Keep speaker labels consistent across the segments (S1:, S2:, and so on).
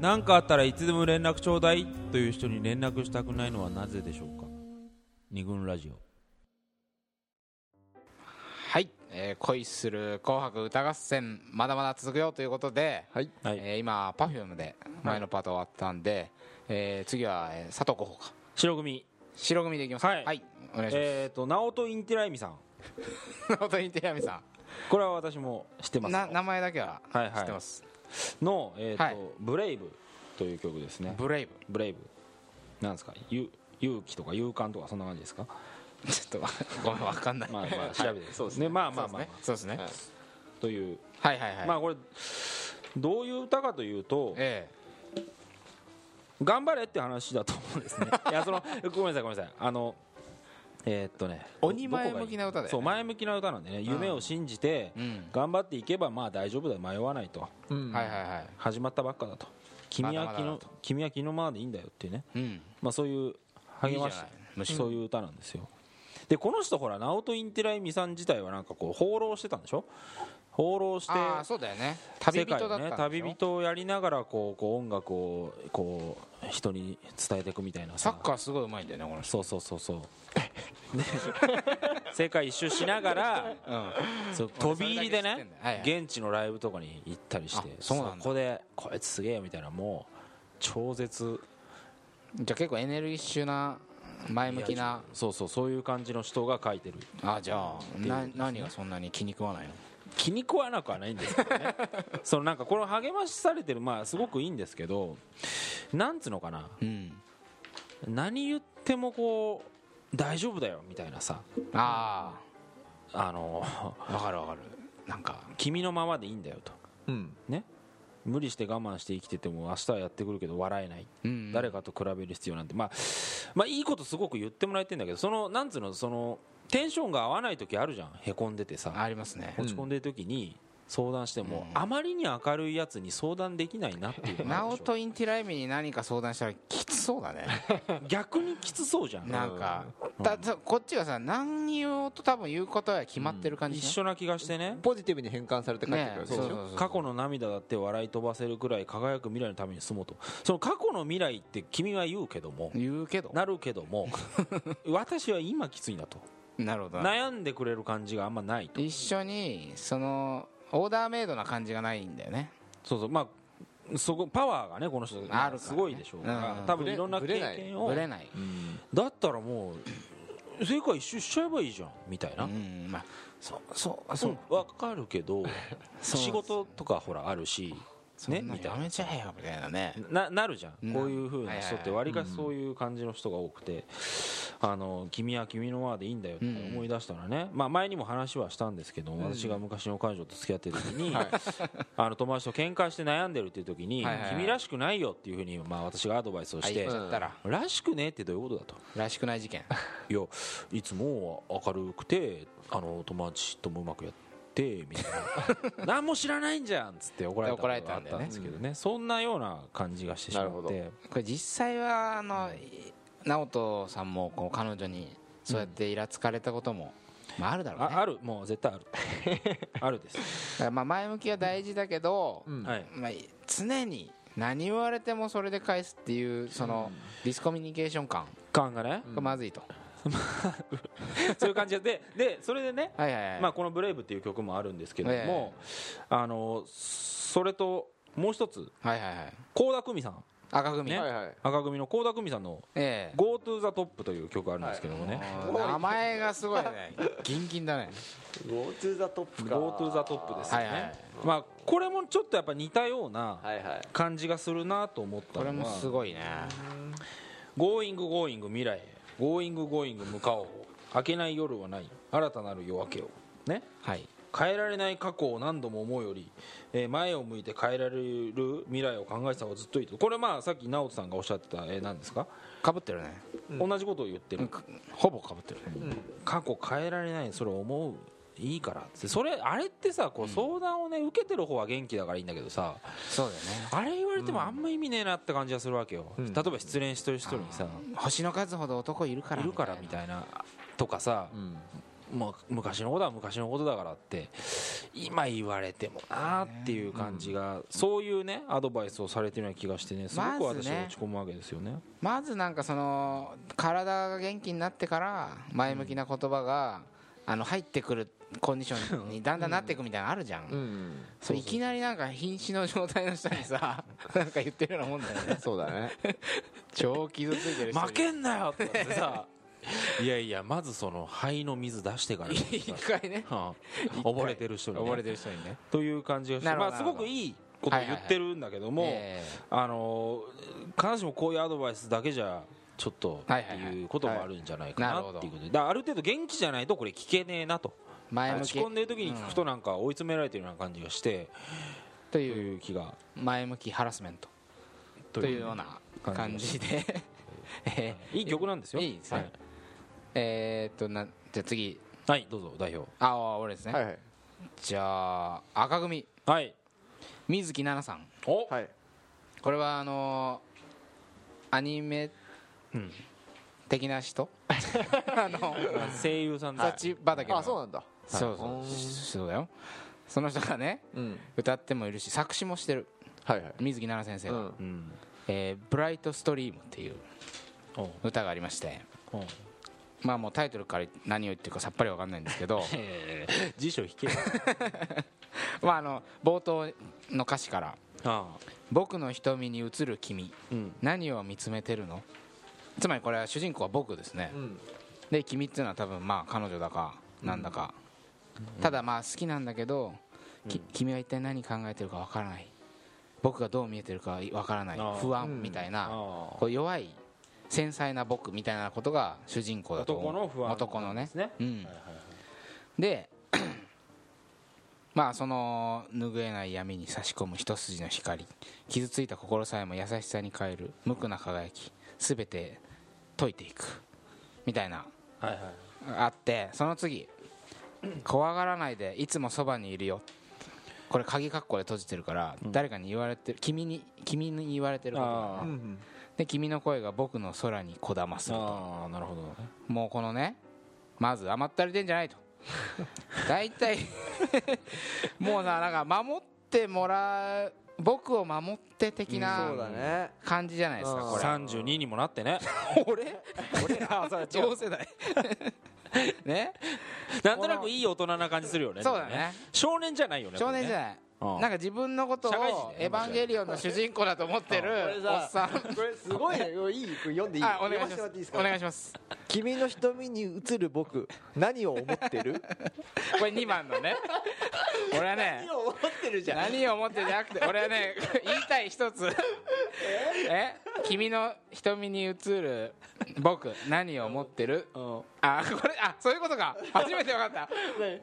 S1: 何かあったらいつでも連絡ちょうだいという人に連絡したくないのはなぜでしょうか二軍ラジオ
S2: はい、えー恋する紅白歌合戦まだまだ続くよということで、
S3: はい
S1: はい
S2: えー今 Perfume で前のパート終わったんで、えー次は、えー佐藤候補か
S1: 白組
S2: 白組でいきますか
S1: はい
S2: お願いします、
S1: えっ、ー、と直人インティライミさん
S2: 本当に手紙さ
S1: これは私も知ってます
S2: んな
S1: よ
S2: 名前だけは知
S1: はいはい
S2: ってます、
S1: の、えーと
S2: はい
S1: ブレイブ」という曲ですね
S2: ブレイブ
S1: ブレイブなんですかゆ勇気とか勇敢とかそんな感じですか
S2: ちょっとごめんわかんな い
S1: まあまあ
S2: はい
S1: 調べてそうですねまあまあまあ、まあ
S2: そうですねそうですね
S1: という、
S2: はいはいはい、
S1: まあこれどういう歌かというと
S2: え
S1: 頑張れって話だと思うん ですねいやそのごめんなさいごめんなさいあのえーっとね
S2: 鬼
S1: どこがいい
S2: 前向きな歌だよね
S1: そう前向きな歌なんでね夢を信じて
S2: うん
S1: 頑張っていけばまあ大丈夫だよ迷わないと
S3: うん
S2: えはいはいはい
S1: 始まったばっかだと君は
S2: まだま
S1: 昨
S2: だだ
S1: 日
S2: と
S1: 君は昨日ままでいいんだよっていうね
S2: うん
S1: まあそういう励まし
S2: いいじゃないむしろ
S1: そういう歌なんですよでこの人ほら直人インティライミさん自体はなんかこう放浪してたんでしょ放浪して
S2: ああそうだよね旅人だったんで
S1: 世界
S2: しょ
S1: をね旅人をやりながらこうこう音楽をこう人に伝えていくみたいな
S2: サ
S1: さ
S2: ッカーすごいうまいんだよねこの人
S1: そうそうそうそうで世界一周しながら
S2: うん
S1: そう飛び入りで
S2: それだけ知
S1: ね
S2: ってんだよはいはい
S1: 現地のライブとかに行ったりして
S2: あそうなんだ
S1: こでこいつすげえみたいなもう超絶
S2: じゃあ結構エネルギッシュな前向きな
S1: そうそうそういう感じの人が書いてる
S2: あじゃあな何がそんなに気に食わないの
S1: 気に食わなくはないんですけど ねそのなんかこの励ましされてるまあすごくいいんですけどなんつうのかな
S2: うん
S1: 何言ってもこう大丈夫だよみたいなさ
S2: あ
S1: あの
S2: あわかるわかるなんか
S1: 君のままでいいんだよと
S3: うん
S1: ね無理して我慢して生きてても明日はやってくるけど笑えない、
S2: うん
S1: 誰かと比べる必要なんて、まあ、まあいいことすごく言ってもらえてんだけどそのなんつうのそのテンションが合わない時あるじゃんへこんでてさ
S2: ありますね
S1: 落ち込んでる時に相談しても、
S2: うん
S1: あまりに明るいやつに相談できないなっていうのがあ
S2: ナ
S1: るで
S2: オ
S1: しょ
S2: トインティライミに何か相談したらきつそうだね
S1: 逆にきつそうじゃん
S2: なんかだだこっちがさ何をと多分言うことは決まってる感じ
S1: 一
S2: ね
S1: 緒な気がしてね
S3: ポジティブに変換されて帰ってくるわけでし
S2: ねえそうそう
S3: ょ
S1: 過去の涙だって笑い飛ばせるくらい輝く未来のために進もうとその過去の未来って君は言うけども
S2: 言うけど
S1: なるけど も私は今きついなと
S2: なるほどな
S1: 悩んでくれる感じがあんまないと
S2: 一緒にそのオーダーメイドな感じがないんだよね
S1: そうそうまあそこパワーがねこの人
S2: あるからね
S1: すごいでしょうから、
S2: うん
S1: 多分いろんな経
S3: ぶれない
S1: 験を
S2: ぶれない
S1: だったらもう世界一周しちゃえばいいじゃんみたいな、
S2: う
S1: うん
S2: んまあそうそうそう
S1: わかるけど
S2: そう
S1: 仕事とかほらあるし
S2: そ
S1: ね
S2: んな
S1: みたい
S2: や
S1: な
S2: めちゃえよみたいなね
S1: ななるじゃん
S2: な
S1: こういう風な人ってわりかし
S3: はいはい
S1: そういう感じの人が多くて「あの君は君のままでいいんだよ」って思い出したらね、まあ、前にも話はしたんですけど私が昔の彼女と付き合ってる時に、 あの友達と喧嘩して悩んでるっていう時に
S2: はいはい
S1: 「
S2: はい
S1: 君らしくないよ」っていう風にまあ私がアドバイスを
S2: あ
S1: して
S2: 言っちゃったら
S1: 「らしくね」ってどういうことだと
S2: らしくない事件
S1: いやいつも明るくてあの友達ともうまくやってみたい な何も知らないんじゃんっつって怒られたことがあったんですけどねそんなような感じがしてしまっ
S3: なる
S1: て
S2: これ実際はあの直人さんもこう彼女にそうやってイラつかれたことも、まあ、あるだろうね
S1: ああるもう絶対 あるあるです、
S2: だからまあ前向きは大事だけど、
S3: うん
S1: はい、
S2: まあ、常に何言われてもそれで返すっていうそのディスコミュニケーション感
S1: 感がね、
S2: がまずいと、
S1: そういう感じでででそれでね、
S2: はいはいはい、
S1: まあ、この「ブレイブっていう曲もあるんですけども、あのそれともう一つ
S2: はいはいはい
S1: 倖田來未さん
S2: 赤組、
S1: ね
S3: はいはい
S1: 赤組の倖田來未さんの
S2: え
S1: 「
S2: え
S1: GoToTheTop」という曲があるんですけどもね、
S2: 名前がすごいねギンギンだね
S3: Go to the top か
S1: Go to the top ですよね、
S2: はいはい
S1: まあ、これもちょっとやっぱ似たような
S3: はいはい
S1: 感じがするなと思った
S2: これ
S1: の
S2: も
S1: は
S2: すごいね
S1: 「Going Going 未来へ Going Going 向かおう明けない夜はない新たなる夜明けを」ね
S2: はい
S1: 変えられない過去を何度も思うより、えー前を向いて変えられる未来を考えてた方がずっといいとこれまあさっき直人さんがおっしゃってた絵なんですか、
S2: かぶってるね
S1: 同じことを言ってる、
S2: ほぼかぶってるね
S1: 過去変えられないそれ思ういいからっつってそれあれってさこう相談をね受けてる方は元気だからいいんだけどさ、
S2: そうだよね
S1: あれ言われてもあんま意味ねえなって感じがするわけよ、例えば失恋してる人にさ
S2: 星の数ほど男いるから
S1: いるからみ
S2: みたい
S1: たいなとかさ、
S3: うん
S1: もう昔のことは昔のことだからって今言われてもなあっていう感じが、そういうねアドバイスをされてるような気がしてねすごく
S2: まず
S1: 私
S2: ね
S1: は落ち込むわけですよね。
S2: まずなんかその体が元気になってから前向きな言葉があの入ってくるコンディションにだんだんなっていくみたいなのあるじゃん、
S3: うん
S2: それいきなりなんか瀕死の状態の人にさなんか言ってるようなもんだよ ね
S3: そうだね
S2: 超傷ついてる人に
S1: 負けんなよって言って さいやいやまずその肺の水出してから、
S2: 一回ね
S1: はあ溺れてる人に、
S2: 溺れ
S1: ね、
S2: てる人にね
S1: という感じがして、
S2: なるほ
S1: ま
S2: ど
S1: あ、すごくいいことを言ってるんだけども、
S2: え
S1: あの必ずしもこういうアドバイスだけじゃちょっと
S2: はい
S1: っ
S2: は
S1: て
S2: いはい
S1: いうこともあるんじゃないか
S2: な
S1: な
S2: るほど
S1: っていうことでだからある程度元気じゃないとこれ聞けねえなと
S2: ー前向
S1: 落
S2: き
S1: ち込んでる時に聞くとなんか追い詰められてるような感じがして
S2: と
S1: と
S2: いう
S1: いう気が
S2: 前向きハラスメントというような感じで え
S1: いい曲なんですよ
S2: いいですね
S1: はい
S2: ーえーっとなじゃあ次
S1: はいどうぞ代表
S2: ああ俺ですね、
S3: はいはい
S2: じゃあ赤組
S1: はい
S2: 水木奈々さん
S1: お
S3: はい
S2: これはあのーアニメ
S1: うん
S2: 的な人あの
S1: 声優さんです
S2: 幸畑の
S3: あそうなんだ
S2: そうそうそうだよその人がね
S3: うん
S2: 歌ってもいるし作詞もしてる
S3: はいはい
S2: 水木奈々先生
S3: う
S2: が、
S3: ん
S1: うん
S2: えーブライトストリーム」っていう
S1: おう
S2: 歌がありまして
S1: おう
S2: まあもうタイトルから何を言ってるかさっぱりわかんないんですけど
S1: えー 辞書引け
S2: まああの冒頭の歌詞から
S1: ああ
S2: 「僕の瞳に映る君
S1: うん
S2: 何を見つめてるの?」つまりこれは主人公は僕ですね、
S3: うん
S2: で君っていうのは多分まあ彼女だかなんだか、ただまあ好きなんだけど、き君は一体何考えてるかわからない僕がどう見えてるかわからない
S1: あー
S2: 不
S3: うん
S2: 安みたい
S1: あ
S2: な、
S1: あ
S2: こう弱い繊細な僕みたいなことが主人公だと思う
S1: 男の不安
S2: 男のね
S1: ですね
S2: うんで まあその拭えない闇に差し込む一筋の光傷ついた心さえも優しさに変える無垢な輝き全て解いていくみたいな
S1: はいはい
S2: あってその次怖がらないでいつもそばにいるよこれ鍵括弧で閉じてるから誰かに言われてる君に君に言われてることだ
S1: ああ
S3: うん
S2: で君の声が僕の空にこだますると
S1: ああなるほどね
S2: もうこのねまず甘ったれてんじゃないと 大体 もうななんか守ってもらう僕を守って的
S3: そうだ
S2: な
S3: ね
S2: 感じじゃないですか
S3: うん
S2: これ
S1: 32にもなってね
S2: 俺俺らはさ同世代 ね
S1: なんとなくいい大人な感じするよね
S2: そうだね
S1: 少年じゃないよね
S2: 少年時
S1: これね
S2: 代
S1: うん
S2: なんか自分のことを
S1: 社会人だよね
S2: 「エヴァンゲリオン」の主人公だと思ってるおっさん
S3: これすごい ねいいこれ読んでいい
S2: あお願い
S3: 読ま
S2: し
S3: せ
S2: て
S3: も
S2: ま
S3: らっていいですす
S2: お
S3: か
S2: 願いします
S3: 君の瞳に映る僕何を思ってる
S2: これ2番のね 俺はね
S3: を思ってるじ
S2: 何を思ってじゃなくて俺は ね言いたい一つえ君の瞳に映る僕何を思ってるあこれあそういうことか初めて分かった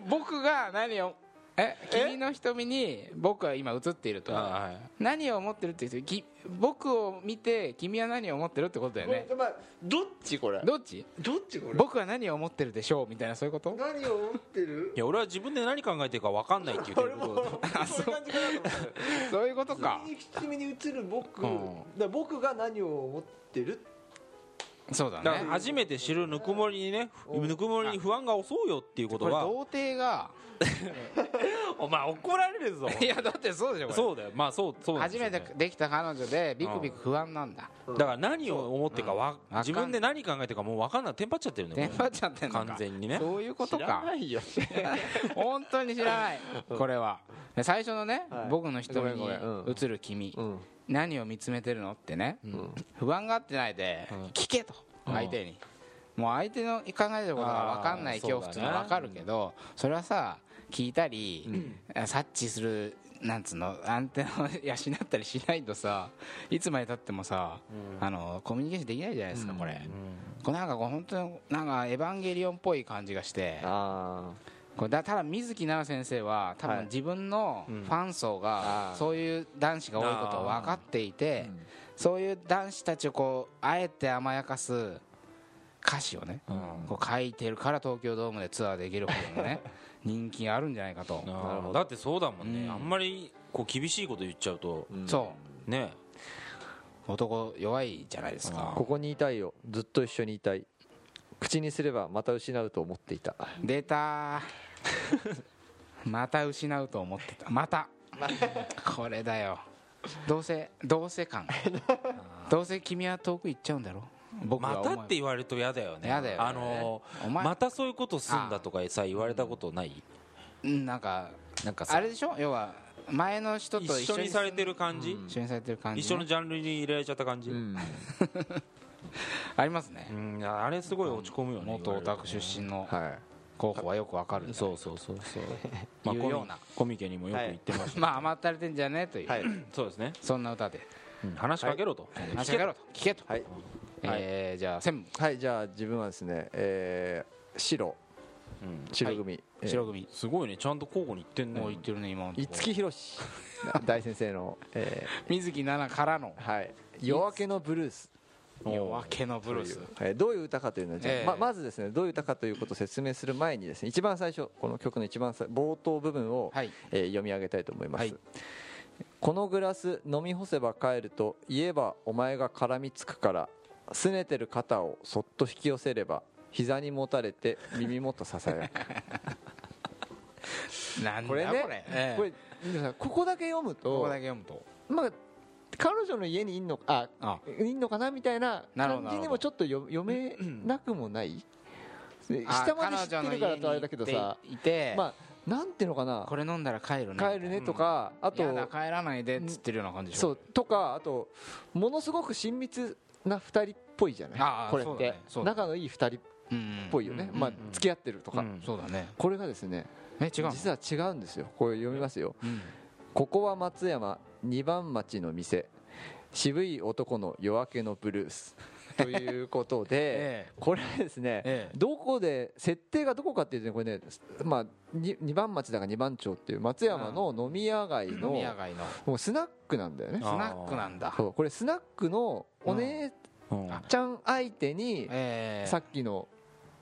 S2: 僕が何をえ君の瞳に僕は今映っていると
S1: あはい
S2: 何を思ってるって言ってき僕を見て君は何を思ってるってことだよね
S3: まあどっちこれ
S2: どっち
S3: どっちこ
S2: 僕は何を思ってるでしょうみたいなそういうこと
S3: 何を思ってる
S1: いや俺は自分で何考えてるか分かんないって言 ってることだと
S2: あそうそういうことか
S3: 君に映る僕だ
S1: う
S3: か
S1: ん
S3: ら僕が何を思ってる
S2: そうだ
S1: だから
S2: ね
S1: 初めて知るぬくもりにねぬくもりに不安が襲うよっていうこ
S2: ことれ
S1: は
S2: 童貞が
S1: お前怒られるぞ
S2: いやだってそうでしょこれ
S1: そうだよまあそうそうなんで
S2: 初
S1: すよ
S2: め
S1: ね
S2: てできた彼女でビクビク不安なんだ
S1: だから何を思ってるかわ
S2: うん
S1: 自分で何考えてるかもう分かんないテンパっちゃってる
S2: 電
S1: ね
S2: 話ちゃってんのか
S1: 完全にね
S2: そういうこと
S3: 知ら
S2: か
S3: ないよ
S2: 本当に知らないこれはで最初のね
S3: はい
S2: 僕の瞳
S3: ご
S2: に
S3: めんごめんうん
S2: 映る君
S3: うん
S2: 何を見つめてるのってね不安がってないで
S1: うん
S2: 聞けと
S1: うん
S2: 相手にもう相手の考えてることが分かんな
S1: あ
S2: い
S1: ーそうだね
S2: 恐怖っていうのは分かるけどそれはさ聞いたり察知するなんつうのアンテナを養ったりしないとさいつまでたってもさあのコミュニケーションできないじゃないですかこれこれなんかこう本当になんかエヴァンゲリオンっぽい感じがして
S3: あ
S2: これだただ水木奈々先生は多
S3: は
S2: 分
S3: い
S2: 自分のファン層が
S3: あー
S2: そういう男子が多いことを分かっていてそういう男子たちをこうあえて甘やかす歌詞をねこう書いてるから東京ドームでツアーできるほどのね人気があるんじゃないかと
S1: あー
S3: なるほど
S1: だってそうだもんね、
S2: うん
S1: あんまりこう厳しいこと言っちゃうと
S2: そ
S1: ね
S2: う男弱いじゃないです
S1: あ
S2: か
S1: ー
S3: ここにいたいよずっと一緒にいたい口にすればまた失うと思っていた
S2: 出たー また失うと思ってたまたこれだよどうせどう せ感どうせ君は遠く行っちゃうんだろ僕は
S1: ま
S2: 思
S1: た
S2: え
S1: っ
S2: ば
S1: て言われると嫌だよね
S2: 嫌だよね
S1: あの
S2: お前
S1: またそういうことすんだとかさ言われたことない
S2: うんなんか
S1: なんかさ
S2: あれでしょ要は前の人と
S1: 一緒にされてる感じ、
S2: 一緒にされてる感じ、
S1: 一緒のジャンルに入れられちゃった感じ、うん
S2: ありますね
S1: あれすごい落ち込むよね
S2: 元オタク出身の
S3: は
S2: 候補はよくわかるんだね
S1: そうそうそう そうまあ
S2: 言うような
S1: コミケにもよく言ってました、
S2: まあ甘ったれてんじゃねえという、
S3: いはい
S1: そうですね、
S2: そんな歌で
S1: うん話しかけろと、
S2: 話しかけろと聞けと、
S3: はい、
S2: えーじゃあ専務
S3: はい、じゃあ自分はですね、えー、白
S1: うん
S3: 白組、えー
S2: 白組、
S1: すごいねちゃんと交互に言ってんね
S2: もう言ってるね今のとこ
S3: 五木ひろし大先生の、え
S2: 水木奈々からの
S3: ーはい、夜明けのブルース
S2: 「夜明けのブルース」
S3: えーどういう歌かというのはじゃあ、
S2: ええ
S3: ままずですねどういう歌かということを説明する前にですね一番最初この曲の一番さ冒頭部分を、
S2: はい
S3: えー読み上げたいと思います、
S2: はい
S3: このグラス飲み干せば帰ると言えばお前が絡みつくから拗ねてる肩をそっと引き寄せれば膝にもたれて耳元ささ やく
S2: なんだ
S3: こ
S2: こ
S3: れ
S2: れ,、
S3: ね
S2: ええ
S3: これ皆さんここだけ読むと
S2: ここだけ読むと
S3: まあ、彼女の家にいんのあ
S2: あ
S3: いんのかなみたいな
S2: なるほど
S3: 感じにもちょっと読読めなくもないで
S2: あ
S3: 下まで知ってるからとあれだけど
S2: 彼女の
S3: さ
S2: 家に行っていて、
S3: まあなんていうのかな
S2: これ飲んだら帰るね
S3: 帰るねとかあ
S2: やだ
S3: と
S2: 帰らないでっつってるような感じでし
S3: そ
S2: ょ
S3: うとかあとものすごく親密な2人っぽいじゃ
S2: あ
S3: ない
S2: あ
S3: これ
S2: そ
S3: っ
S2: うだ
S3: て
S2: ねそうだね
S3: 仲のいい2人っ
S2: うん
S3: ぽいよねまあ
S1: うん
S3: 付き合ってるとか
S1: うん
S2: そうだね
S3: これがですね
S2: え違うの
S3: 実は違うんですよこれ読みますよ
S2: うん
S3: ここは松山二番町の店渋い男の夜明けのブルー スということで、
S2: ええ
S3: これはですね、
S2: ええ
S3: どこで設定がどこかっていうとねこれね、まあ、に二番町だから二番町っていう松山の飲み屋街の、
S2: 飲み屋街のス
S3: もうスナックなんだよね
S1: あ
S2: ナックなんだ
S3: そうこれスナックのお姉
S1: うんあ
S2: あ
S3: ちゃん相手に、
S2: ええ
S3: さっきの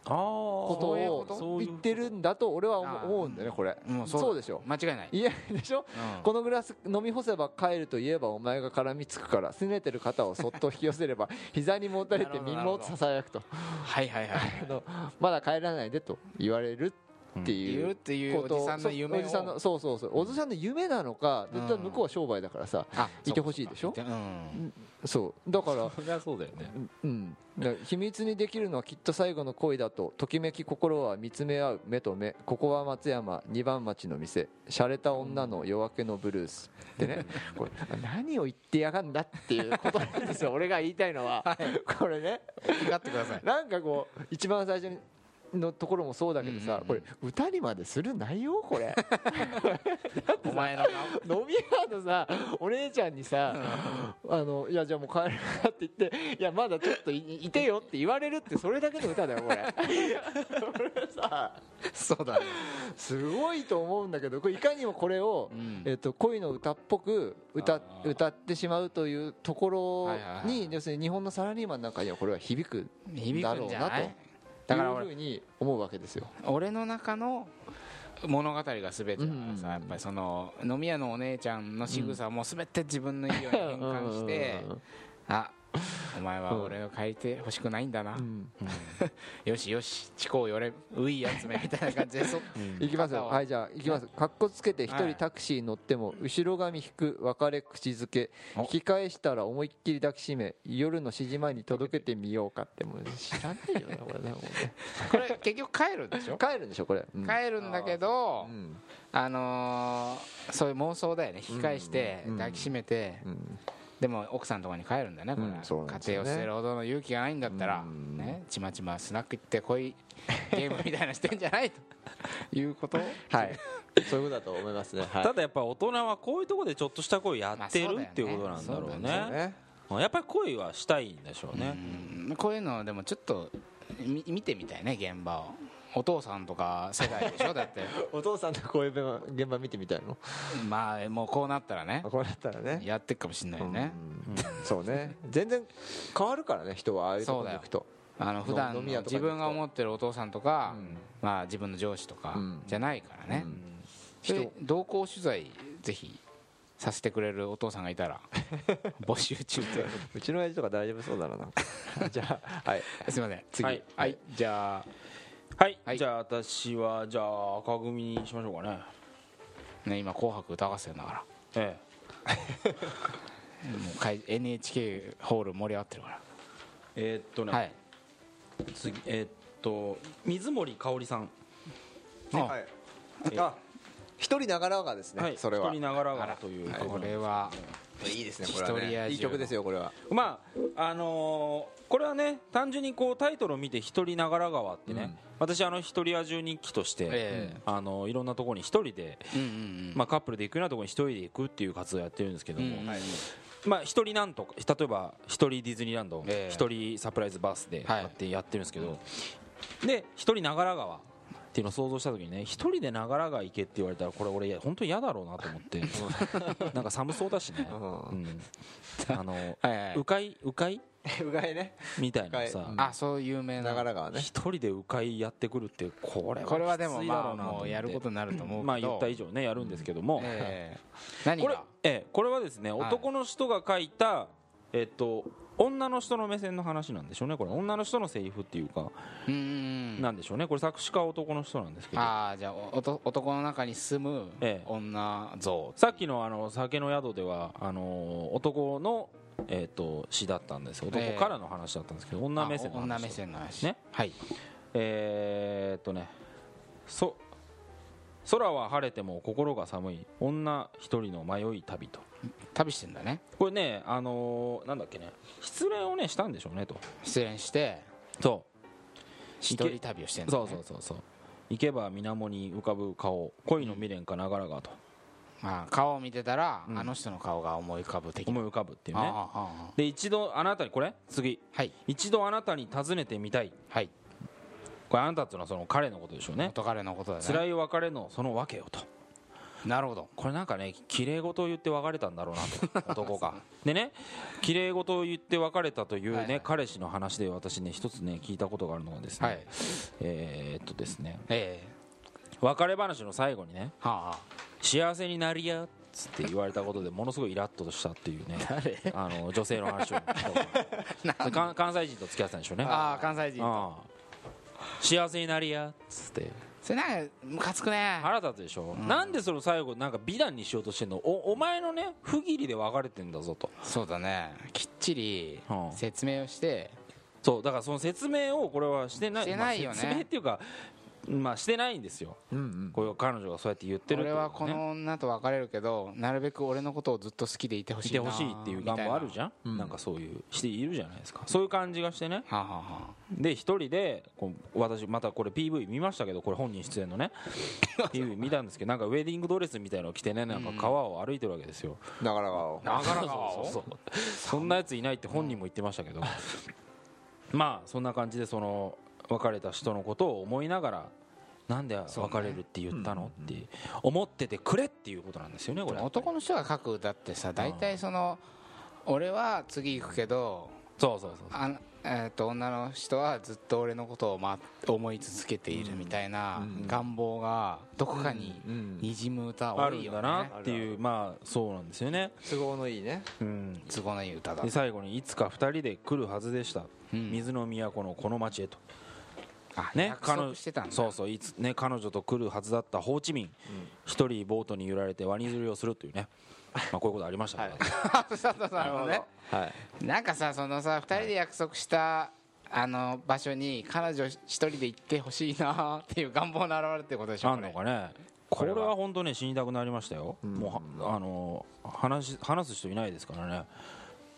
S1: あこ
S3: ことを
S1: そういう
S3: 言ってるんだと俺は
S2: ああ
S3: 思うんだよねこれ、
S2: もう
S3: そう
S2: だ
S3: でしょ
S2: 間違いない
S3: いやでしょ
S2: うん
S3: このグラス飲み干せば帰ると言えばお前が絡みつくから拗ねてる肩をそっと引き寄 せれば膝にもたれて耳元ささやくと
S2: はいはいはい
S3: あのまだ帰らないでと言われるって
S2: 言う
S3: い
S2: っ
S3: う
S2: ていう
S3: こ
S2: お
S3: と
S2: じさんの夢を
S3: そうおじさんのそうそうそうおじさんの夢なのか
S2: うん
S3: 絶対向こうは商売だからさ
S2: あ
S3: いてほしいでしょ
S2: そうかそうかうん
S3: そうだから
S1: そりゃそうだよね
S3: うんだから秘密にできるのはきっと最後の恋だとときめき心は見つめ合う目と目ここは松山二番町の店洒落た女の夜明けのブルース でねこれ何を言ってやがんだっていうことなんですよ 俺が言いたいのは、これね
S2: 怒ってください
S3: なんかこう一番最初のところもそうだけどさ、
S2: うん
S3: これ歌にまでする内容これ
S2: お前の顔
S3: 飲み屋のさお姉ちゃんにさ「あのいやじゃあもう帰るな」って言って「いやまだちょっといいてよ」って言われるってそれだけの歌だよこれこれさ
S2: そうだね
S3: すごいと思うんだけどこれいかにもこれを、
S2: うん
S3: えっと恋の歌っぽく歌
S2: あー
S3: 歌ってしまうというところに、
S2: はいはいはい
S3: 要するに日本のサラリーマンなんかにはこれは響く
S2: 響くんじゃな
S3: だろうないとと
S2: だ
S3: い
S2: から
S3: うふ
S2: 俺
S3: うに思うわけですよ。
S2: 俺の中の物語が全てだからさ、
S3: うん
S2: やっぱりその飲み屋のお姉ちゃんの仕草も全て自分の家に変換して、あお前は俺を変えてほしくないんだな、
S3: うん
S2: よしよし地をよれういやつめみたいな感じで そ
S3: いきますよはいじゃあいきますかっこつけて一
S2: は
S3: 人
S2: い
S3: タクシー乗っても後ろ髪引く別れ口づけ
S2: お
S3: 引き返したら思いっきり抱きしめ夜の指示前に届けてみようかってもう知らないよねこれねもう ね
S2: これ結局帰るんでしょ
S3: 帰るんでしょこれ、うん
S2: 帰るんだけど
S3: う、ん
S2: あのーそういう妄想だよね引き返して
S3: うん
S2: 抱きしめて、
S3: うん
S2: でも奥さんのところに帰るんだねこれ、
S3: うんそうなんです
S2: 家
S3: よ
S2: 庭を
S3: ね
S2: 捨てるほどの勇気がないんだったら、
S3: うん
S2: ね、ちまちまスナック行ってこいゲームみたいなのしてんじゃない ということ
S3: はいそういうことだと思いますねはい
S1: ただやっぱ大人はこういうところでちょっとした恋やって
S2: まあそう
S1: る
S2: だよね
S1: っていうことなんだろう
S2: そうだよ
S1: ねやっぱり恋はしたいんでしょうね
S2: うんこういうのでもちょっとみ見てみたいね現場をお父さんとか世代でしょだって
S3: お父さんのこういう現場現場見てみたいの
S2: まあもうこうなったらね
S3: これだったらね
S2: やってくかもしれないよね、
S3: うんそうね全然変わるからね人はああいうとこに行くと
S2: あの普段の
S3: 飲み屋とか
S2: 自
S3: に行くと
S2: 分が思ってるお父さんとか、まあ、自分の上司とか
S3: うん
S2: じゃないからね、
S3: うん
S2: で同行取材ぜひさせてくれるお父さんがいた ら募集中と
S3: うちの親父とか大丈夫そうだななん かじゃあはい
S2: すいません次
S1: は
S2: はいい、じゃ
S1: はい、
S2: はい
S1: じゃあ私はじゃあ赤組にしましょうかね
S2: あ、ね、今「紅白歌合戦」だから
S1: え
S2: もう会 NHK ホール盛り上がってるか
S1: ええーっとね、
S2: らはい
S1: 次えーっと水森かおりさん
S2: あ
S3: はいあ一人長良川ですね、
S1: はい
S3: それは
S1: 一人
S3: い
S1: ながら
S2: あ
S1: が
S2: ら
S1: という
S2: これは、
S3: いですねこれ
S2: 一人野
S3: はね
S2: 獣
S3: いい曲ですよこれは
S1: まああのーこれはね単純にこうタイトルを見て「一人ながら川」ってね、
S3: うん
S1: 私あの一人野獣日記として、
S2: ええ
S1: あのいろんなところに一人で、
S2: うんうんうん
S1: まあ、カップルで行くようなところに一人で行くっていう活動をやってるんですけども、
S2: うんはい
S1: まあ、一人なんとか例えば一人ディズニーランド
S2: ええ
S1: 一人サプライズバースデーと
S2: はい
S1: かってやってるんですけど、で一人長良川っていうのを想像した時にね一人で長良川行けって言われたらこれ俺いや本当に嫌だろうなと思って なんか寒そうだしね、
S3: う
S1: うんあの
S2: はいはいはいう
S1: かいうかいう
S3: がいね
S1: みたいな
S3: う
S1: さ
S3: ん
S2: あそう有名な
S3: 長良川ね
S1: 一人でうかいやってくるってこれは
S2: これはで
S1: き
S2: も
S1: ついだ
S2: ま
S1: ろ
S2: あ
S1: うなと思
S2: も
S1: っ
S2: う
S1: て
S2: やることになると思うけど
S1: まあ言った以上ねやるんですけども、
S2: ええ何
S1: これ
S2: が、
S1: ええ、これはですね、
S2: い
S1: 男の人が書いた、えっと、女の人の目線の話なんでしょうね、これ、女の人のセリフっていうか、
S2: うんうんうん
S1: なんでしょうね、これ、作詞家は男の人なんですけど、
S2: ああじゃあおと男の中に住む
S1: ええ
S2: 女像
S1: さっきのあの酒の宿では、あのー男の、えっと詩だったんですよ
S2: ええ
S1: 男からの話だったんですけど、女目線の
S2: あ
S1: 話。
S2: 女目線の話
S1: ね
S2: はい
S1: えーっとねそ空は晴れても心が寒い女一人の迷い旅と
S2: 旅してんだね
S1: これねあのーなんだっけね失恋をねしたんでしょうねと
S2: 失恋して
S1: そう
S2: 一人旅をしてんだ、
S1: そ
S2: ね、
S1: うそうそうそう行けば水面に浮かぶ顔恋の未練かながらがと
S2: まあ、顔を見てたら、
S1: うん
S2: あの人の顔が思い浮かぶ的な
S1: 思い浮かぶっていう
S2: ああ
S1: ね
S2: ああああ
S1: で一度あなたにこれ次
S2: はい
S1: 一度あなたに尋ねてみたい
S2: はい
S1: これあなたっていうのはその彼のことでしょうね
S2: 元彼のことだね
S1: 辛い別れのその訳よと
S2: なるほど
S1: これなんかね綺麗事を言って別れたんだろうな と男がでね綺麗事を言って別れたというね、
S2: はいはい
S1: 彼氏の話で私ね一つね聞いたことがあるのがですね、
S2: はい
S1: えーっとですね
S2: ええ
S1: 別れ話の最後にね
S2: はあはあ
S1: 幸せになりやっつって言われたことでものすごいイラッとしたっていう ねあの女性の話を関関西人と付き合ってたんでしょうね
S2: ああ関西人と
S1: ああ幸せになりやっつって
S2: それなんかムカつくね
S1: 腹立つでしょ、なんでその最後なんか美談にしようとしてんのおお前のね不義理で別れてんだぞと
S2: そうだねきっちり
S1: うん
S2: 説明をして
S1: そうだからその説明をこれはしてない
S2: してない
S1: ま
S2: よね
S1: あ説明っていうかまあしてないんですよ
S3: うんうん
S1: こういう彼女がそうやって言ってるって
S2: 俺
S1: と
S2: はこ
S1: ね
S2: の女と別れるけどなるべく俺のことをずっと好きでいてほ
S1: い
S2: しい
S1: て
S2: な
S1: ほしいっていう願望あるじゃん
S3: うん
S1: なんかそういうしているじゃないですかそういう感じがしてね
S2: ゃんはあはあは
S1: で一人でこう私またこれ PV 見ましたけどこれ本人出演 のね PV 見たんですけどなんかウェディングドレスみたいのを着てねなんか川を歩いてるわけですよ
S3: 長良川を
S2: あなかなか
S1: そうそうそうそんなやついないって本人も言ってましたけどまあそんな感じでその別れた人のことを思いながらなんで別れるって言ったのって思っててくれっていうことなんですよねこ
S2: で
S1: れ
S2: も男の人が書く歌ってさ大体その俺は次行くけど
S1: そうそうそう
S2: あえー、と女の人はずっと俺のことを、ま、思い続けているみたいな願望がどこかに
S3: うん
S2: にじむ歌
S1: あ
S2: 多
S1: る
S2: い
S1: ん
S2: よ
S1: だな
S2: ね
S1: っていうまあそうなんですよね
S3: 都合のいいね
S1: うん
S2: 都合のいい歌だ
S1: で最後にいつか二人で来るはずでした、
S2: うん
S1: 水の都のこの町へと、
S2: あ
S1: ね、
S2: 約束してたんだ
S1: そうそういつ、ね、彼女と来るはずだったホーチミン一、人ボートに揺られてワニ釣りをすると いうね、まあ、こういうことありましたけど、
S2: そうそうそうなるほどね
S3: はい
S2: なんかさそのさ2人で約束したあの場所に彼女一人で行ってほしいなっていう願望の表れって ことでしょ
S1: あんのかねこ
S2: こ
S1: れ
S2: れは
S1: は本当ね死にたくなりましたよ、もうはあの話し話す人いないですからね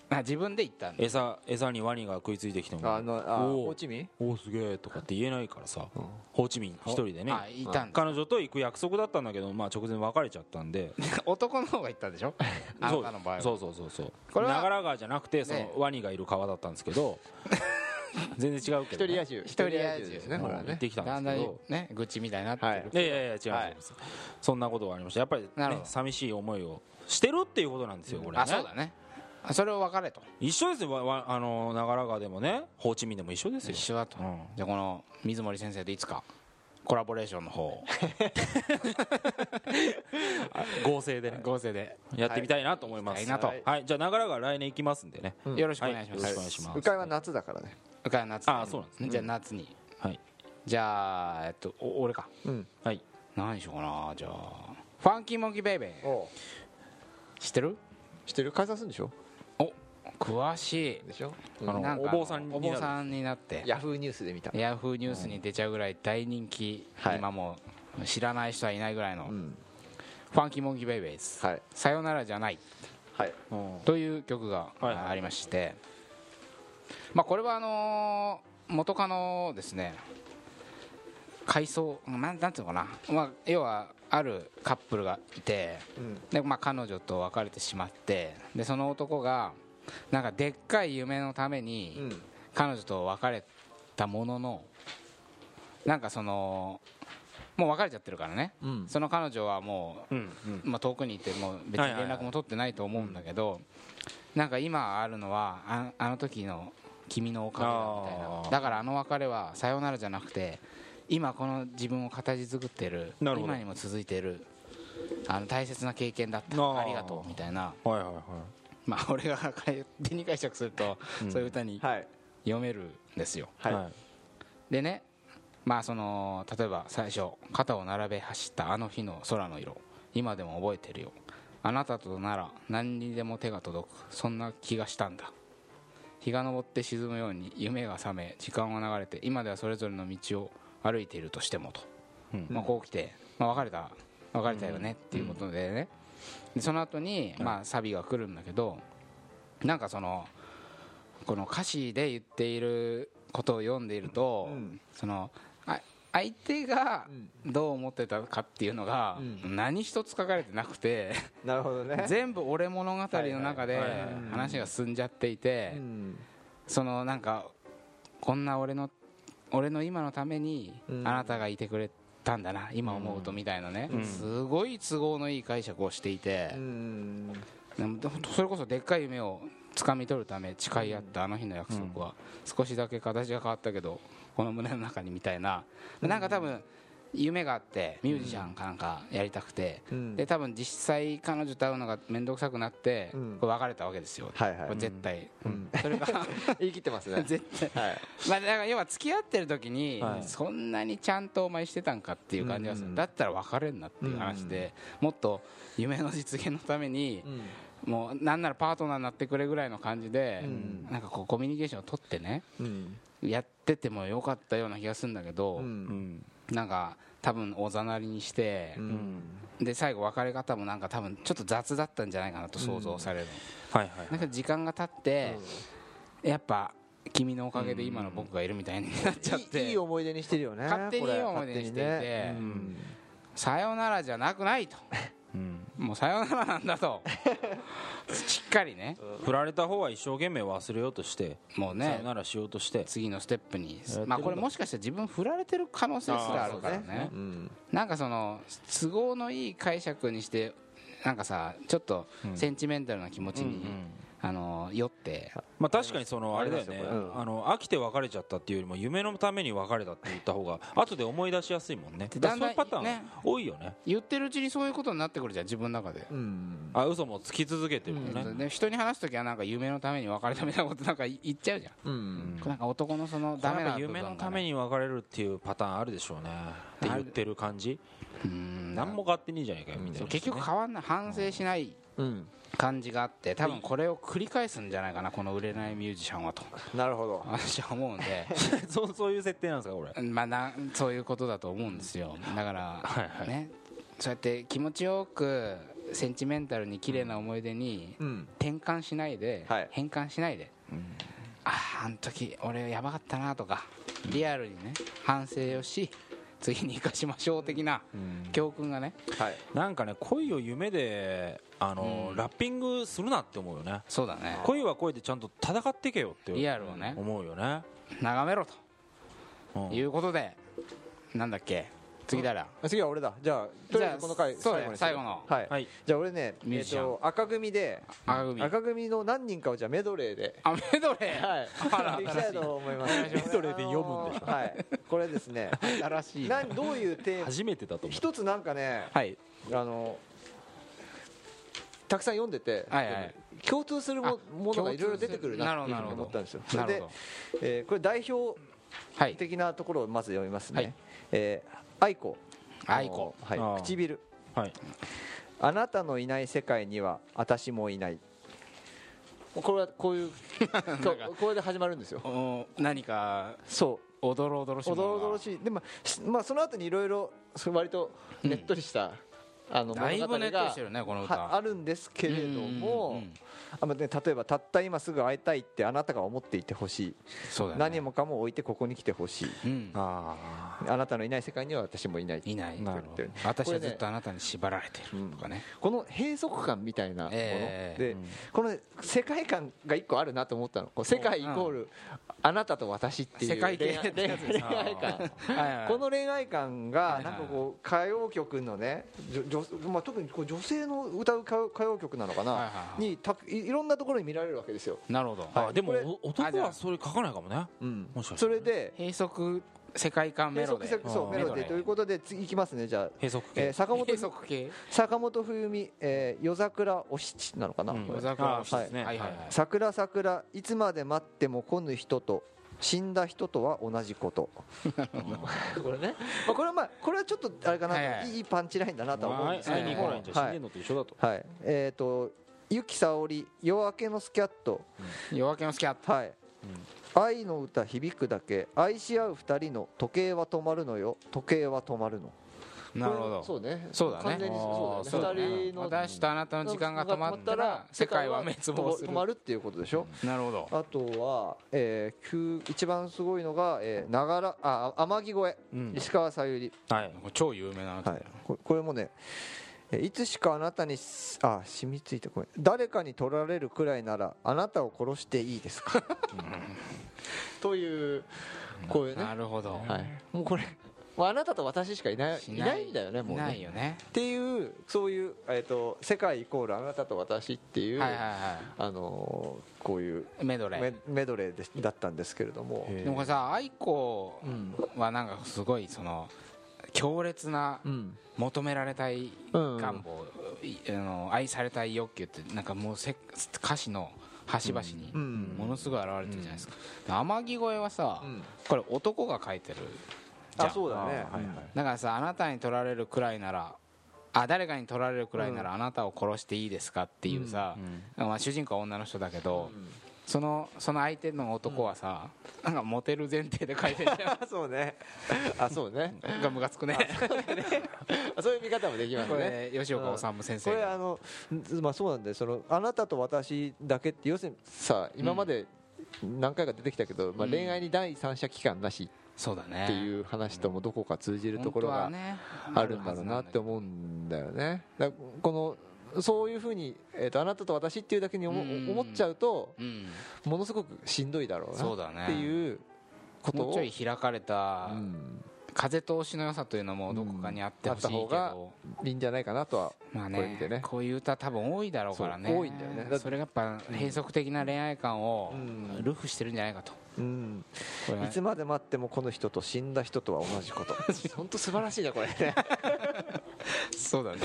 S2: あ自分で行ったんだ
S1: 餌餌にワニが食いついてきても
S3: あのあ
S1: おう
S3: ホーチミン
S1: おおすげえとかって言えないからさ、ホーチミン一人でね
S2: あいたんだ
S1: 彼女と行く約束だったんだけど、まあ、直前別れちゃったんで
S2: 男の方が行ったんで しょあなたの場合は
S1: そうそうそうそう
S2: これは
S1: 長良川じゃなくてそ
S2: ね
S1: のワニがいる川だったんですけ ど全然違うけ
S3: 一
S1: ど
S3: 人
S1: ね、
S3: 野獣一
S2: 人野獣
S3: ですねこれは
S1: 行っ
S3: ね
S1: てきた
S2: だ
S1: ん
S2: ん
S1: で
S2: だ
S1: す
S2: ん
S1: けど
S2: ね愚痴みたいになってる、
S3: はい
S1: いやいやいや違います、
S3: はい
S1: そんなことがありましたやっぱり、
S2: なる
S1: ね
S2: ほ、ど
S1: 寂しい思いをしてるっていうことなんですよこれ、ね、
S2: あそうだねあそれを別れと
S1: 一緒ですよわわあの長良川でもねホーチミンでも一緒ですよ
S2: 一緒だと、
S1: うん
S2: じゃあこの水森先生といつかコラボレーションの方を
S1: 合成でね
S2: 合成で
S1: やってみたいなと思います
S2: はいやりたいなと
S1: はいじゃあ長良川来年行きますんでね
S3: うん
S2: よろしくお願いします、
S1: はいよろしくお願いします
S3: 鵜飼は夏だからね
S2: うから夏に
S1: あそうなんですね
S2: じゃあ夏に
S1: はい
S2: じゃあえっとお俺か
S3: うん
S1: はい
S2: 何しようかなじゃあファンキーモンキーベイベー
S3: おう
S2: 知ってる
S3: 知ってる解散するんでしょ
S2: お詳し
S3: でしょ
S2: い
S3: あ
S1: の
S2: なんか
S1: お坊さんにな
S2: お
S1: る
S2: 坊さんになって
S3: ヤフーニュースで見た
S2: ヤフーニュースに出ちゃうぐらい大人気、
S3: はい
S2: 今もう知らない人はいないぐらいの、
S3: うん
S2: ファンキーモンキーベイベーズ、
S3: はい
S2: さよならじゃない
S3: はい
S1: うん
S2: という曲が
S1: はいはい
S2: ありまして、まあ、これはあのー元カノをですね回想なんなんていうのかな、まあ、要はあるカップルがいて
S3: うん
S2: で、まあ、彼女と別れてしまってでその男がなんかでっかい夢のために、
S3: うん
S2: 彼女と別れたもののなんかそのもう別れちゃってるからね、
S3: うん
S2: その彼女はも
S1: うん
S2: う、まあ、遠くにいてもう別に連絡も取ってないと思うんだけど、なんか今あるのはああの時の君のおかげだみたい
S1: あ
S2: な
S1: ー
S2: だからあの別れはさよならじゃなくて今この自分を形作ってる
S1: なるほど
S2: 今にも続いてるあの大切な経験だった
S1: あー
S2: ありがとうみたいな
S1: はいはいはい
S2: まあ俺が 勝手に解釈すると、
S1: うん
S2: そういう歌に
S3: はい
S2: 読めるんですよ
S3: はい
S1: はい
S2: でねまあその例えば最初肩を並べ走ったあの日の空の色今でも覚えてるよあなたとなら何にでも手が届くそんな気がしたんだ日が昇って沈むように夢が覚め時間は流れて今ではそれぞれの道を歩いているとしてもと、
S1: うん
S2: まあ、こう来て、まあ、別れた別れたよねっていうことでね、でその後にまあサビが来るんだけどなんかそのこの歌詞で言っていることを読んでいると、
S3: うん
S2: そのあ相手がどう思ってたかっていうのが
S3: う
S2: 何一つ書かれてなくて、
S3: なるほどね
S2: 全部俺物語の中で
S1: はいはいはい
S3: はい
S2: 話が進んじゃっていて、
S3: うん
S2: そのなんかこんな俺の俺の今のためにあ
S3: うん
S2: なたがいてくれたんだな今思うとみたいなね、
S1: うん
S2: すごい都合のいい解釈をしていて
S3: う、ん
S2: でもそれこそでっかい夢を掴み取るため誓い合ったあの日の約束は少しだけ形が変わったけどこの胸の中にみたいななんか多分夢があってミュージシャンかなんかやりたくて
S3: うん
S2: で多分実際彼女と会うのが面倒くさくなって
S3: うん
S2: これ別れたわけですよ
S3: はいはい
S2: これ絶対
S3: うん
S2: それが
S3: 言い切ってますね
S2: 絶対
S3: はい
S2: まあだから要は付き合ってる時に
S1: はい
S2: そんなにちゃんとお前してたんかっていう感じがす
S3: うんう
S2: る
S3: ん
S2: だったら別れんなっていう話でもっと夢の実現のために
S3: うん
S2: もうなんならパートナーになってくれぐらいの感じで、
S3: うん
S2: なんかこうコミュニケーションを取ってね
S3: うん
S2: やっててもよかったような気がするんだけど、
S3: うん
S2: なんか多分おざなりにして
S3: う、ん
S2: で最後別れ方もなんか多分ちょっと雑だったんじゃないかなと想像される、
S1: はいはい
S2: なんか時間が経って、やっぱ君のおかげで今の僕がいるみたいになっちゃっ
S3: い
S2: て、
S3: いいい思い出にしてるよね
S2: 勝手にいい
S3: こ
S2: 思
S3: れ
S2: い出にしていて、
S3: 勝手ね
S1: う
S3: うんん
S2: さよならじゃなくないと
S1: うん
S2: もうさよならなんだとしっかりね
S1: 振られた方は一生懸命忘れようとして
S2: もう
S1: さ
S2: ね
S1: よならしようとして
S2: 次のステップに
S1: てるんだ
S2: まあこれもしかしたら自分振られてる可能性すらあるからね
S3: うん
S2: なんかその都合のいい解釈にしてなんかさちょっとセンチメンタルな気持ちに、あの酔って
S1: まあ確かにそのあれだよね
S3: ありますよこれ
S1: あの飽きて別れちゃったっていうよりも夢のために別れたって言った方が後で思い出しやすいもんねだからそういうパターン
S2: ね
S1: 多いよね
S2: 言ってるうちにそういうことになってくるじゃん自分の中で。
S3: うん
S1: あ嘘もつき続けてるもんね
S2: で人に話す時はなんか夢のために別れたみたいなことなんか言っちゃうじゃん、
S3: うん
S2: なんか男のそのダメ
S1: やっ
S2: な
S1: ぱ
S2: 部分が、
S1: 夢
S2: ね、
S1: のために別れるっていうパターンあるでしょうねって言ってる感じ
S2: うん
S1: 何も勝手にいいじゃないかよみたい
S2: そう
S1: な
S2: 結局変わんない反省しない
S3: うん
S2: 感じがあって多分これを繰り返すんじゃないかなこの売れないミュージシャンはと
S3: なるほど
S2: 私は思うん で
S1: そうそういう設定なんですかこれ
S2: まあなそういうことだと思うんですよだから、
S1: はいはい
S2: ねそうやって気持ちよくセンチメンタルに綺麗な思い出に
S3: うん
S2: 転換しないで、
S3: はい
S2: 変換しないで、あああの時俺やばかったなとかリアルにね反省をし次に生かしましょう的な教訓がね
S3: はい
S1: なんかね恋を夢であの、
S2: うん
S1: ラッピングするなって思うよね
S2: そうだね
S1: 恋は恋でちゃんと戦ってけよって
S2: リアルをね
S1: 思うよね、
S2: 眺めろ
S1: うん
S2: ということでなんだっけ次誰だ
S3: 次は俺だじゃあとりあえずこの回
S2: じゃあそうだよ
S3: にする
S2: 最後の
S3: はい
S1: はい
S3: じゃあ俺ね
S2: ミュー
S3: えっ
S2: ジシャン
S3: と赤組で
S2: 赤組
S3: 赤組の何人かをじゃあメドレーで
S2: あメドレー
S3: はい
S2: あら
S3: 行きたいと思います
S2: お願いします
S1: メドレーで読むんでし
S3: ょはいこれですね
S2: 新しい
S3: 何どういうテーマ
S1: 初めてだと思う
S3: 一つなんかね
S2: はい
S3: あのたくさん読んでて、
S2: はいはい
S3: 共通するもものがいろいろ出てくるな
S2: なる
S3: っていう
S2: ほ
S3: ふう
S2: ど
S3: に思ったんですよ
S2: なるほど
S3: で、えーこれ代表
S2: はい
S3: 的なところをまず読みますね、
S2: はい
S3: えー愛子
S2: 愛子
S3: あの
S1: あ
S3: は
S1: あ
S3: い、唇
S1: はい
S3: あなたのいない世界には私もいないこれはこ ういうこれで始まるんですよ
S2: お何か
S3: そう
S2: おどろおどろしい
S3: おどろおどろ
S2: い
S3: しいでも、しまあ、その後にいろいろ割とねっとりした、あの
S2: だいぶ
S3: 物語
S2: ねっ
S3: が
S2: とりしてるねこの歌
S3: はあるんですけれども、
S2: うんうんうん
S3: あまあね、例えば「たった今すぐ会いたい」ってあなたが思っていてほしい、
S2: そうだね
S3: 何もかも置いてここに来てほしい
S2: うん
S1: あ
S3: あなたのいない世界には私もいない
S2: いない
S1: な
S3: るほど
S2: 私
S3: こ
S2: は
S3: れ
S2: ず
S3: ね
S2: っとあなたに縛られてるとかね
S3: この閉塞感みたいなもの、
S2: ええ
S3: で、この世界観が一個あるなと思ったのこう世界イコールあなたと私っていう
S2: 世界系
S3: 恋愛
S2: ってやつですね
S3: 恋愛観
S2: はいはい
S3: この恋愛観が
S2: いはい
S3: なんかこう歌謡曲のねじょ女まあ、特にこう女性の歌う歌歌謡曲なのか
S2: はいは
S3: ない
S2: はい
S3: にたいいろんなところに見られるわけですよ、
S2: なるほど
S1: ああでも
S3: これ
S1: お男はそれ書かないかもね
S3: うん
S1: もしかして
S3: それで
S2: 閉塞世界観メ
S3: 閉
S2: ロ
S3: 塞
S2: デ
S3: 性そう
S1: あー
S3: メロ
S2: メロデ
S3: デ
S2: ィ
S3: ィーということで次いきますねじゃあ、
S1: 閉塞
S3: え
S1: 系
S3: ー坂本
S2: 閉塞系
S3: 坂本冬美、えー夜桜お七なのかな、
S1: うん
S3: これ
S2: 小桜
S1: あそうですね
S2: はいはい
S1: はい
S3: 桜桜いつまで待っても来ぬ人と死んだ人とは同じことこれね、まあ、これはまあこれはちょっとあれかな、
S2: はい
S3: い
S2: はい
S3: い、いいパンチラインだなとは思うんですけ
S1: 会
S3: ど
S1: い
S3: も
S1: に来ないんじゃ死んでんのと一緒だと
S3: はい、はいえっ、と「ゆきさおり夜明けのスキャット
S2: 夜明けのスキャッ」ト
S3: はい、愛の歌響くだけ愛し合う二人の時計は止まるのよ時計は止まるの
S2: なるほ
S3: これそ
S2: ど
S3: うね
S2: そうだね
S3: 完全にそうだよね二人の
S2: 私とあなたの時間が止まったら世界は滅亡する
S3: 止まるっていうことでしょ、
S2: なるほど
S3: あとは、えー急、一番すごいのが、えー、ながらあ天城越
S1: う
S3: え、
S1: ん
S3: 石川さゆり、
S1: はい
S2: 超有名な歌
S3: はい、ここれもねえーいつしかあなたにすあ染みついてごめん誰かに取られるくらいならあなたを殺していいですか というこういうね、
S2: な
S3: は
S2: るほど
S3: い、もうこれ、まあ、あなたと私しかいないいないんだよねもうね
S2: ないよね
S3: っていうそういう、えー、と世界イコールあなたと私っていう、
S2: はいはいは
S3: あのーこういう
S2: いメドレ
S3: メ
S2: ー
S3: メドレーでだったんですけれども。
S1: へー
S2: でもこれさ愛子
S3: うん
S2: はなんかすごいその強烈な
S3: うん
S2: 求められたい
S3: うん
S2: 願望、いあの愛されたい欲求ってなんかもうせ歌詞の端々に
S3: うん
S2: ものすごい現れてるじゃないですか、天城越えはさ、
S3: うん
S2: これ男が書いてるじゃん
S3: う
S1: あ
S3: だね
S1: ーはいはい
S2: だからさあなたに取られるくらいならあ誰かに取られるくらいならあなたを殺していいですかっていうさ、まあ、主人公は女の人だけど、そのその相手の男はさ、なんかモテる前提で書いてるじゃん
S3: あ そうねあそうね
S2: なんかムカつくね
S3: あそういう見方もできます
S2: こ
S3: ね
S2: れ吉岡治先
S3: こ
S2: 生
S3: れ
S2: が
S3: あのんまあそうなんでそのあなたと私だけって要するにさ今まで何回か出てきたけど、まあ、
S2: うん
S3: 恋愛に第三者機関なし
S2: そうだね
S3: っていう話ともどこか通じるところがあるんだろうなって思うんだよねだからこのそういうふうに、えー、とあなたと私っていうだけに思
S2: うん
S3: 思っちゃうと
S2: うん
S3: ものすごくしんどいだろう
S2: そうだね
S3: なっていうこと
S2: もう
S3: を
S2: ちょい開かれた
S3: うん
S2: 風通しの良さというのもどこかにあってほしいけ
S3: うんあった
S2: ど
S3: いいんじゃないかなとは
S2: まあ
S3: これ見て
S2: ね
S3: ね
S2: こういう歌多分多いだろうからね
S3: そう多いんだよねだって
S2: それがやっぱ閉塞的な恋愛観を
S3: うん
S2: ルフしてるんじゃないかと
S3: うん、
S2: これ
S3: いつまで待ってもこの人と死んだ人とは同じこと 本当素晴らしいな これ
S2: そうだね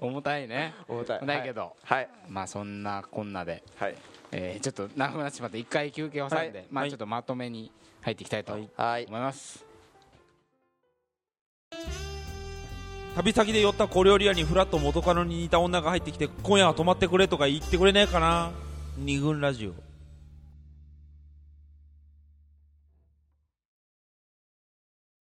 S2: 重たいね
S3: 重たい
S2: 重たいけど
S3: はい
S2: まあそんなこんなで
S3: はい
S2: えーちょっと長くなってしまって一回休憩を挟ん
S3: は
S2: でまあちょっとまとめに入っていきたいと思い
S3: はい
S2: ます
S1: 旅先で寄った小料理屋にフラッと元カノに似た女が入ってきて今夜は泊まってくれとか言ってくれねえかな二軍ラジオ